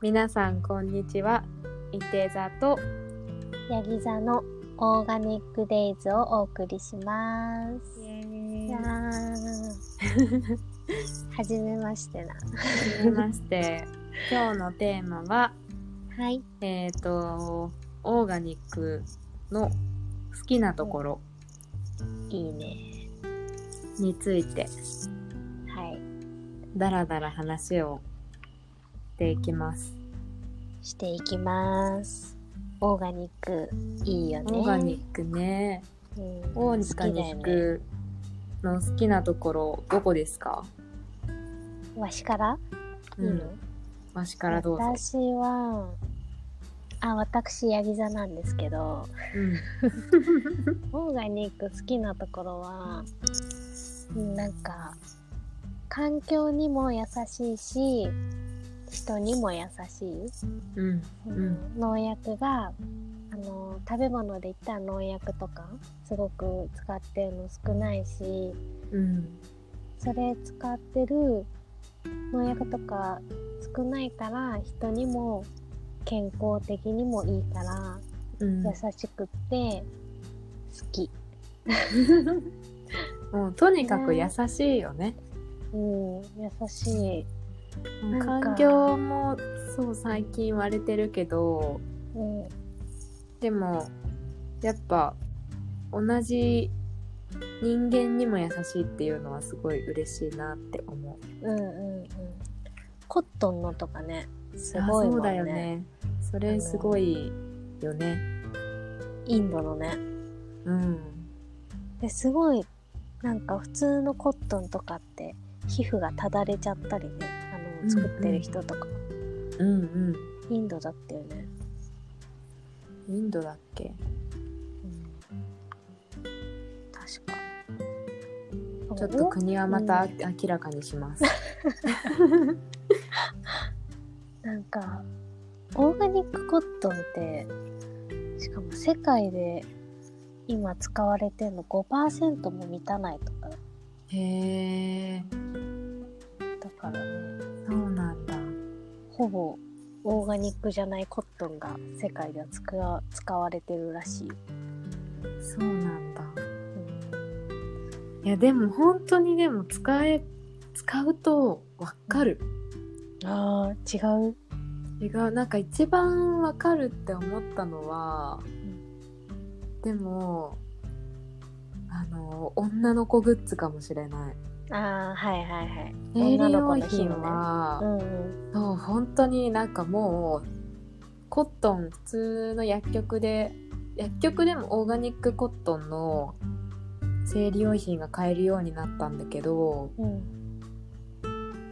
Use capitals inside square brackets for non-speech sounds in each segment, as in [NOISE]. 皆さんこんにちは。伊手座とヤギ座のオーガニックデイズをお送りします。いや [LAUGHS] ーはじめましてな。はじめまして。今日のテーマははい。えっ、とオーガニックの好きなところいいね。についてはい。だらだら話をしていきます。していきます。オーガニック、いいよね。オーガニックね。ク。オーガニックの好きなところどこですか？わしからいいの、わしからどうぞ。私は、あ、私、ヤギ座なんですけど、うんオーガニック好きなところはなんか環境にも優しいし人にも優しい、うんそのうん農薬があの食べ物で言ったら農薬とかすごく使ってるの少ないしうんそれ使ってる農薬とか少ないから人にも健康的にもいいからうん。優しくって好き。もうとにかく優しいよね。うん、優しい。なんか環境もそう最近言われてるけどうん、でもやっぱ同じ人間にも優しいっていうのはすごい嬉しいなって思う。うんうんうんコットンのとかねすごあいそもうんだよねね。それすごいよね。インドのねうん。ですごいなんか普通のコットンとかって皮膚がただれちゃったりねあうんうんの作ってる人とか、うんうん。インドだったよね、インドだっけ確かちょっと国はまた明らかにし [LAUGHS] ます。なんかオーガニックコットンってしかも世界で今使われてるの5%も満たないとかへえ、だからねそうなんだ。ほぼオーガニックじゃないコットンが世界では使わ使われてるらしい。そうなんだ。うんいやでも本当にでも使え使うとわかるああ、違う。違うなんか一番わかるって思ったのは、でもあの女の子グッズかもしれないああ、はいはいはい。生女理の子用の日品のねうは、んうん。そう本当になんかもうコットン普通の薬局で薬局でもオーガニックコットンの生理用品が買えるようになったんだけどうん、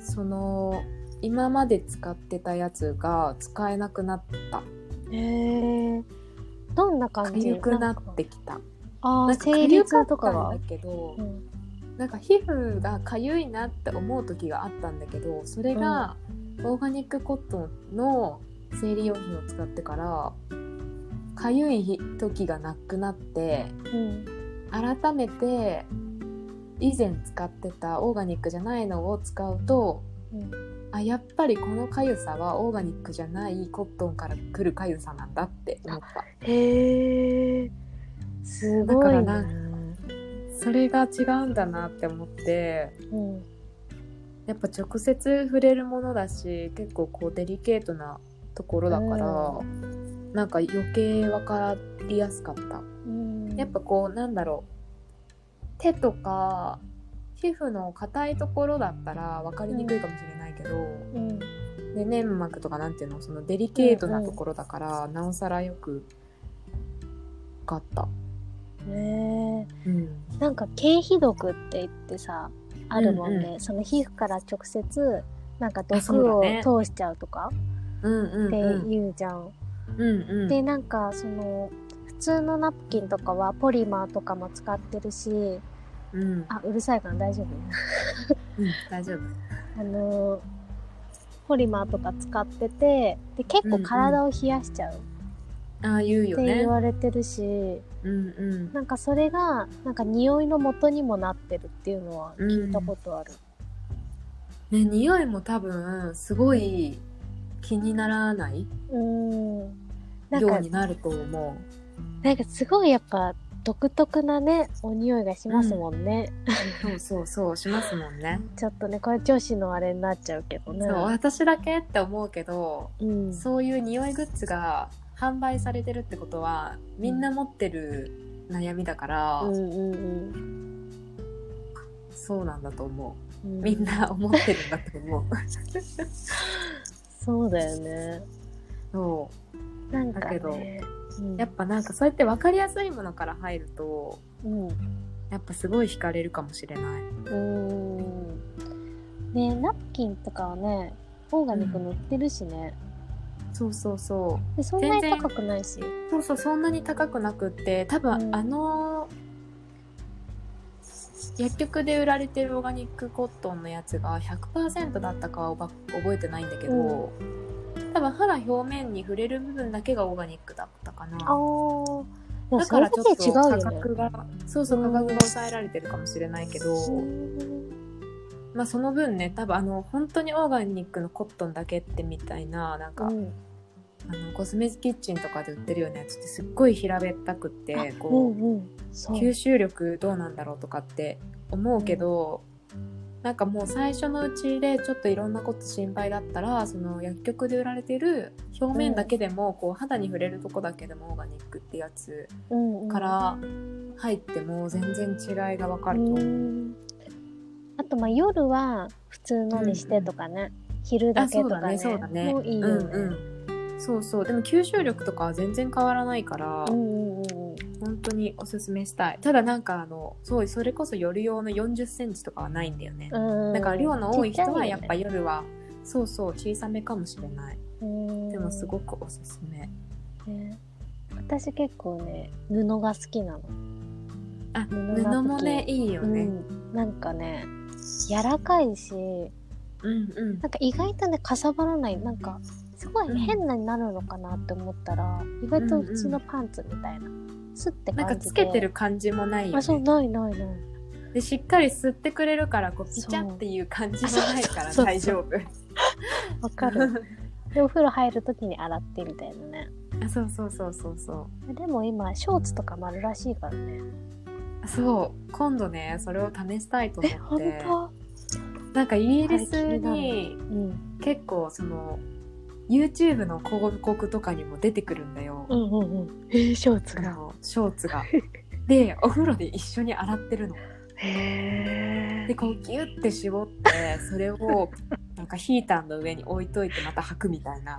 その今まで使ってたやつが使えなくなったへえ。どんな感じ痒くなってんかきたあなあ、んか生理痛とか痒はったんだけど、うん、なんか皮膚が痒いなって思う時があったんだけどそれがオーガニックコットンの生理用品を使ってから痒い時がなくなってうん。改めて以前使ってたオーガニックじゃないのを使うとうん。あやっぱりこのかゆさはオーガニックじゃないコットンから来るかゆさなんだって思ったへえ。すごいだからな。なそれが違うんだなって思ってうん。やっぱ直接触れるものだし結構こうデリケートなところだから、うなんか余計分かりやすかったうん。やっぱこうなんだろう手とか皮膚の硬いところだったら分かりにくいかもしれないけど、うん。で粘膜とかなんていうのそのデリケートなところだから、なおさらよく分かった。ねうんえ。なんか経皮毒って言ってさ、あるもんね。うんその皮膚から直接なんかあそう毒だをね通しちゃうとかうんっうんてうん言うじゃん。うんうんでなんかその普通のナプキンとかはポリマーとかも使ってるしうんあうるさいから大丈夫 [LAUGHS] うん大丈夫あのポリマーとか使っててで結構体を冷やしちゃうっああ言うてよね言。われてるし、うんうんなんかそれがなんか匂いの元にもなってるっていうのは聞いたことある。ね、匂いも多分すごい気にならないうんなんようかになると思なんかすごいやっぱ独特なねお匂いがしますもんね、 [LAUGHS] う。そうそうそうしますもんね。ちょっとねこれ女子のあれになっちゃうけどねそう私だけって思うけど、うん、そういう匂いグッズが販売されてるってことはみんな持ってる悩みだから、うんうんそうなんだと思うう。んみんな思ってるんだと [LAUGHS] 思う。そうだよねそなんか、ね、だけどうんうやっぱなんかそうやって分かりやすいものから入るとうんやっぱすごい惹かれるかもしれない。うーんねナプキンとかはねオーガニック塗ってるしね、そうそうそう。でそんなに全然高くないしそうそうそんなに高くなくって多分、うんあの薬局で売られてるオーガニックコットンのやつが100%だったかはおば覚えてないんだけど、多分肌表面に触れる部分だけがオーガニックだったかあな。ーでもだそかれらだけちょっ違うと価よね格が、そうそうう価ん格が抑えられてるかもしれないけど、まあその分ね多分あの本当にオーガニックのコットンだけってみたいななんか、うんあのコスメキッチンとかで売ってるようなやつってすっごい平べったくって、こう。うんうんそう吸収力どうなんだろうとかって思うけど、なんかもう最初のうちでちょっといろんなこと心配だったらその薬局で売られてる表面だけでもこう肌に触れるとこだけでもオーガニックってやつうんうんから入っても全然違いがわかるとう思う。んあとまあ夜は普通のにしてとかね、昼だあけそとうだかねねそうだね。もういいよね、うんうん、そうそうでも吸収力とかは全然変わらないから、うんうんうんうん本当におすすめしたいただなんかあのそうそれこそ夜用の4 0センチとかはないんだよね、うんだから量の多い人はやっぱちちゃいよね夜は、そうそう小さめかもしれないうんでもすごくおすすめね、私結構ね布が好きなの、あ布が好き布もねいいようね、ん、なんかね柔らかいしうん、うんなんか意外とねかさばらないなんかすごい変なになるのかなって思ったら、意外と普通のパンツみたいな、すってなん感じでかつけてる感じもないよ、あそうね、ないないないでしっかり吸ってくれるからこうそピうチャっていう感じもないからそうそうそう大丈夫わかるでお風呂入るときに洗ってみたいなね [LAUGHS] あそうそうそうそうそうでも今ショーツとかもあるらしいからねあそう今度ねそれを試したいとえ思っ本て当なんかイギリあスれ気ににうん結構その YouTube の広告とかにも出てくるんだよ、うんうんうんえー、ショーツあがのショー [LAUGHS] ツがでお風呂で一緒に洗ってるのへでこうギュッて絞ってそれ [LAUGHS] をなんかヒーターの上に置いといてまた履くみたいな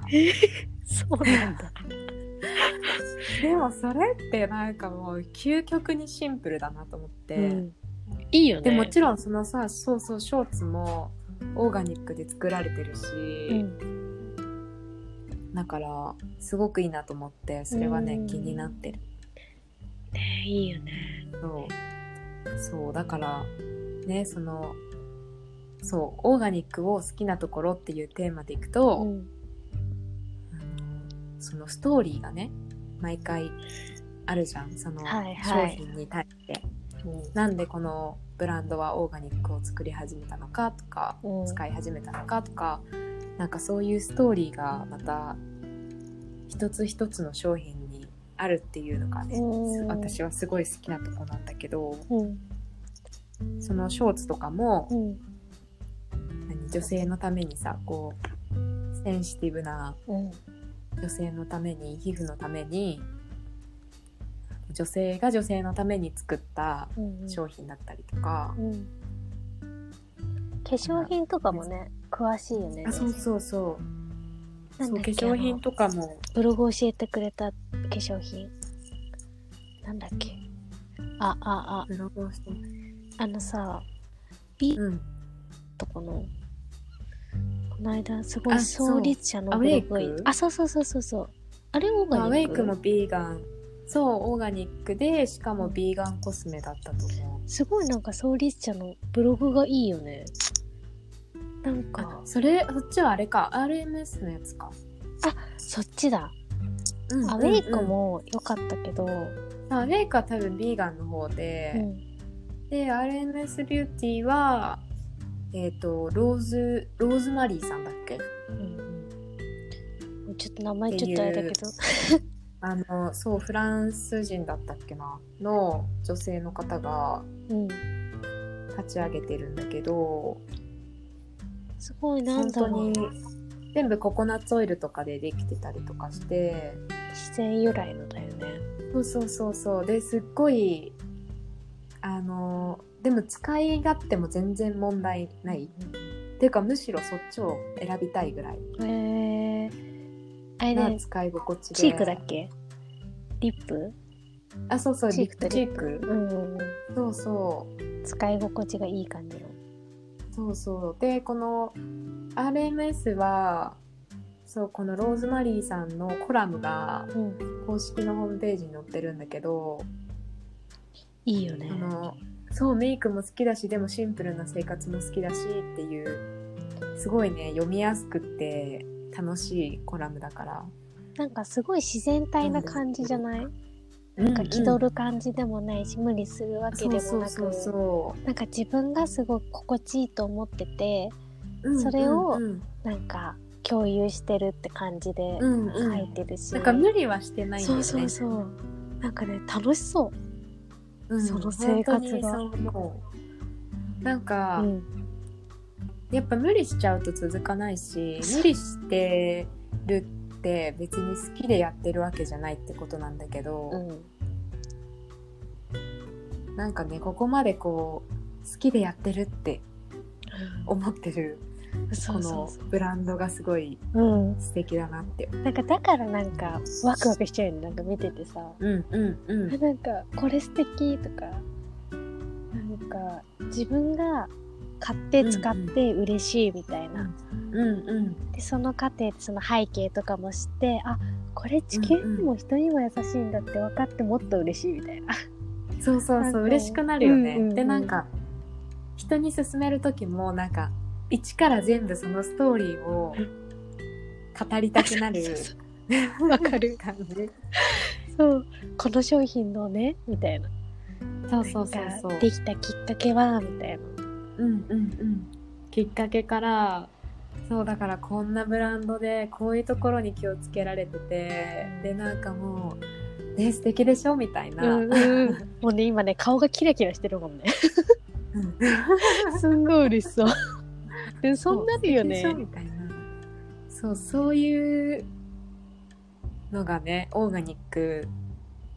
そうなんだでもそれってなんかもう究極にシンプルだなと思って、うんいいよねでもちろんそのさそうそうショーツもオーガニックで作られてるし、うんだからすごくいいなと思ってそれはね、うん気になってるねいいよねそうそうだからねそのそうオーガニックを好きなところっていうテーマでいくと、うんあのそのストーリーがね毎回あるじゃんそのはい商はい品に対して、なんでこのブランドはオーガニックを作り始めたのかとか、うん使い始めたのかとかなんかそういうストーリーがまた一つ一つの商品にあるっていうのがね、うん私はすごい好きなとこなんだけどうんそのショーツとかもう、ん何女性のためにさこうセンシティブなうん女性のために皮膚のために女性が女性のために作ったうん商品だったりとか、うん化粧品とかもね詳しいよねあそうそうそうなんそうだ化っけ粧品とかもブログ教えてくれた化粧品なんだっけあああブログをしてあのさビーうんとこのこの間すごあいそう創立者のアウブェロイクグあそうそうそうそうそうあれオーまあガアウニェッイククもビーガンそうオーガニックでしかもビーガンコスメだったと思うすごいなんか創立者のブログがいいよねなんあかそれそっちはあれか RMS のやつか、そっちだうんうんうんアウェイクも良かったけど、あアウェイクは多分ビーガンの方で、うんで RMS ビューティーはえっ、とローズローズマリーさんだっけうんちょっと名前ちょっとあれだけど。あのそうフランス人だったっけなの女性の方がうん。立ち上げてるんだけどすごいな本んだ当ろうに。全部ココナッツオイルとかでできてたりとかして自然由来のだよね。そうそうそうそうですっごいあのでも使い勝手も全然問題ないっていうかむしろそっちを選びたいぐらいえー、あれなね、使い心地でチークだっけリップあそうそうチチーーククとチークうん。そうそう使い心地がいい感じの。そうそうでこの RMS はそうこのローズマリーさんのコラムがうん。公式のホームページに載ってるんだけどいいよねあ。のそうメイクも好きだしでもシンプルな生活も好きだしっていうすごいね読みやすくって楽しいコラムだからなんかすごい自然体な感じじゃない、ななんか気取る感じでもないし、無理するわけでもそうなそうく。そなんか自分がすごく心地いいと思ってて、う、うんそれをうんうんなんか共有してるって感じでうんうん書いてるし。なんか無理はしてないんだよそうねそうそう。なんかね、楽しそう。うんその生活が本当にそう思うなんか、うん、やっぱ無理しちゃうと続かないし無理してるって別に好きでやってるわけじゃないってことなんだけうど、ん、なんかねここまでこう好きでやってるって思ってるそこうそうのそ、ブランドがすごいうう素敵だなって。ん、なんかだからなんかワクワクしちゃうよねなんか見ててさ、うんうんうあん。なんかこれ素敵とかなんか自分が買って使って嬉しいみたいな、うんうん。でその過程その背景とかも知ってあこれ地球にも人にも優しいんだって分かってもっと嬉しいみたいな、そうそうなんそかう嬉しくなるよね。うんうんうんでなんか人に勧める時もなんか一から全部そのストーリーを語りたくなる [LAUGHS] そうそうそうわかる感じ。そうこの商品のねみたいなそうそうそうなんそかう。できたきっかけはみたいなうんうんうん、きっかけからそうだからこんなブランドでこういうところに気をつけられててでなんかもう、ね、素敵でしょみたいな、うんうんうん、もうね今ね顔がキラキラしてるもんねうん [LAUGHS] すんごい嬉しそうでそうなるよ素敵でしねょみたいなそうそういうのがねオーガニック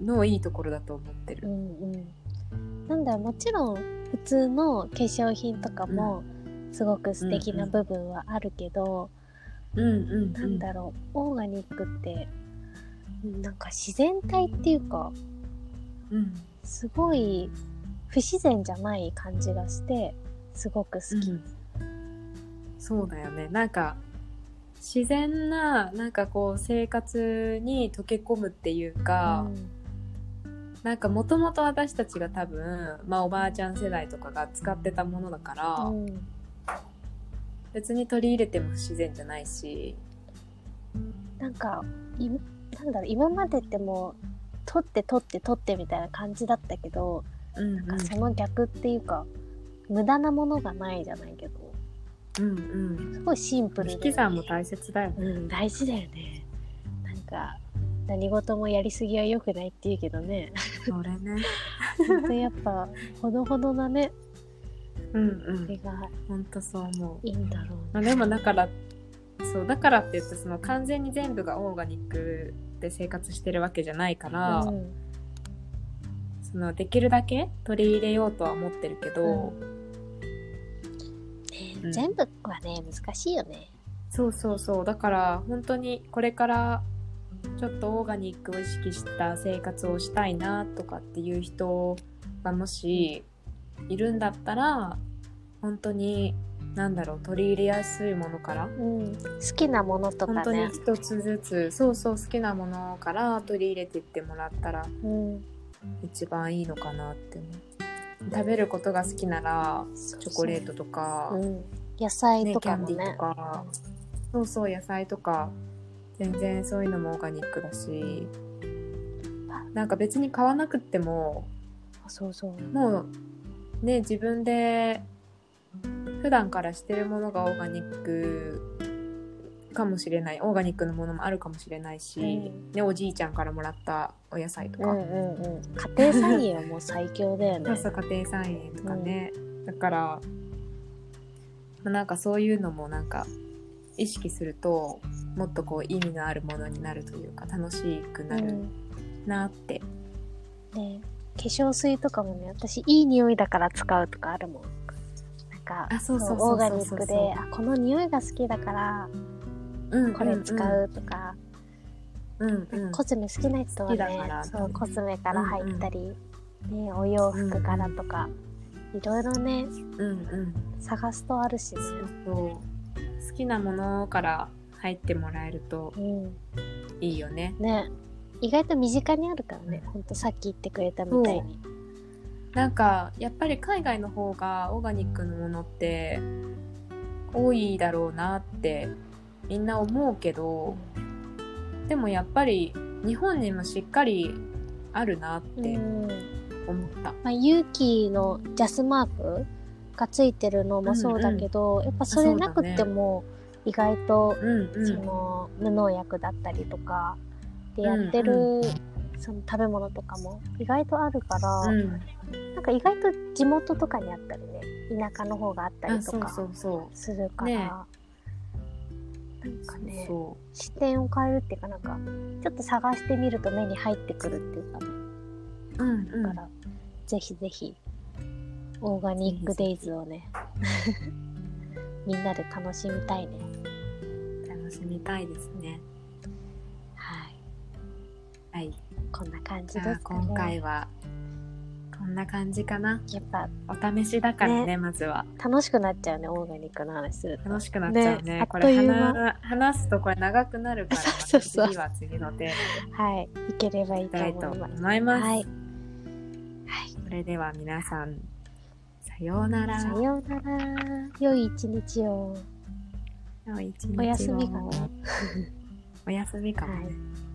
のいいところだと思ってうる。んうんなんだろうもちろん普通の化粧品とかもすごく素敵な部分はあるけど、うんうんうなんんだろうオーガニックってなんか自然体っていうかうんすごい不自然じゃない感じがしてすごく好き、うんそうだよねなんか自然ななんかこう生活に溶け込むっていうか、なんかもともと私たちが多分、まあ、おばあちゃん世代とかが使ってたものだから、うんうん別に取り入れても不自然じゃないしなんかいなんだろう今までってもう取って取って取ってみたいな感じだったけど、うんなんかその逆っていうか無駄なものがないじゃないけどうんうんすごいシンプルで引き算も大切だよねうん、大事だよねなんか何事もやりすぎは良くないっていうけど [LAUGHS] ねそれね本当やっぱほどほどなねうんうそれんがほんとそう思う、いいんだろうまあ、でもだからそうだからって言ってその完全に全部がオーガニックで生活してるわけじゃないから、うんそのできるだけ取り入れようとは思ってるけど、ねうん全部はね難しいよねそうそうそうだから本当にこれからちょっとオーガニックを意識した生活をしたいなとかっていう人がもしいるんだったら本当に何だろう取り入れやすいものからうん好きなものと本か当にね、一つずつそうそう好きなものから取り入れていってもらったらうん、一番いいのかなって思う食べることが好きならチョコレートとか、うん、野菜ね、とキャかンもディーねとかそうそう野菜とか全然そういうのもオーガニックだしなんか別に買わなくってもあそうそうもうね自分で普段からしてるものがオーガニックかもしれないオーガニックのものもあるかもしれないし、うんね、おじいちゃんからもらったお野菜とうか、んうんうん、家庭菜園はもう最強だよねそう。そう家庭菜園とかね、だからまあなんかそういうのもなんか意識するともっとこう意味のあるものになるというか楽しくなうるんなって、ね、化粧水とかもね私いい匂いだから使うとかあるもんなんかあそうそうのそオうーガそうニそッうクであこの匂いが好きだからうんこれ使うとか、うんうんうんうんコスメ好きな人は好きだからねそうコスメから入ったり、ね、お洋服からとか、いろいろねうんうん探すとあるしね、そう好きなものから入ってもらえるとうん、いいよねね意外と身近にあるからねほんとさっき言ってくれたみたいになんかやっぱり海外の方がオーガニックのものって多いだろうなってみんな思うけどでもやっぱり日本にもしっかりあるなっうてん思った。まあ、勇気のジャスマークがついてるのもそうだけど、やっぱそれなくっても意外とうんそ、の無農薬だったりとかでやってる、うその食べ物とかも意外とあるから、うん、なんか意外と地元とかにあったりね田舎の方があったありとそうそかうそうするから、ねなんかねそ視点を変えるっていうかなんかちょっと探してみると目に入ってくるっていうかねう、うんうだかん、ら、ぜひぜひオーガニックデイズをね [LAUGHS] みんなで楽しみたいね楽しみたいですね。はいはい、こんな感じじでゃすあかね今回はこんな感じかな。やっぱお試しだからねねまずは楽しくなっちゃうねオーガニックの話すると楽しくなっちゃうねねこあっれという間話話すとこれ長くなるからそうそう次は次のテーマはいいければいいいきとたい思とい思ますいます。はい、それでは皆さん、さようなら。さようなら良い一日を良い一日をお休みかな。 [LAUGHS] お休みかもね。はい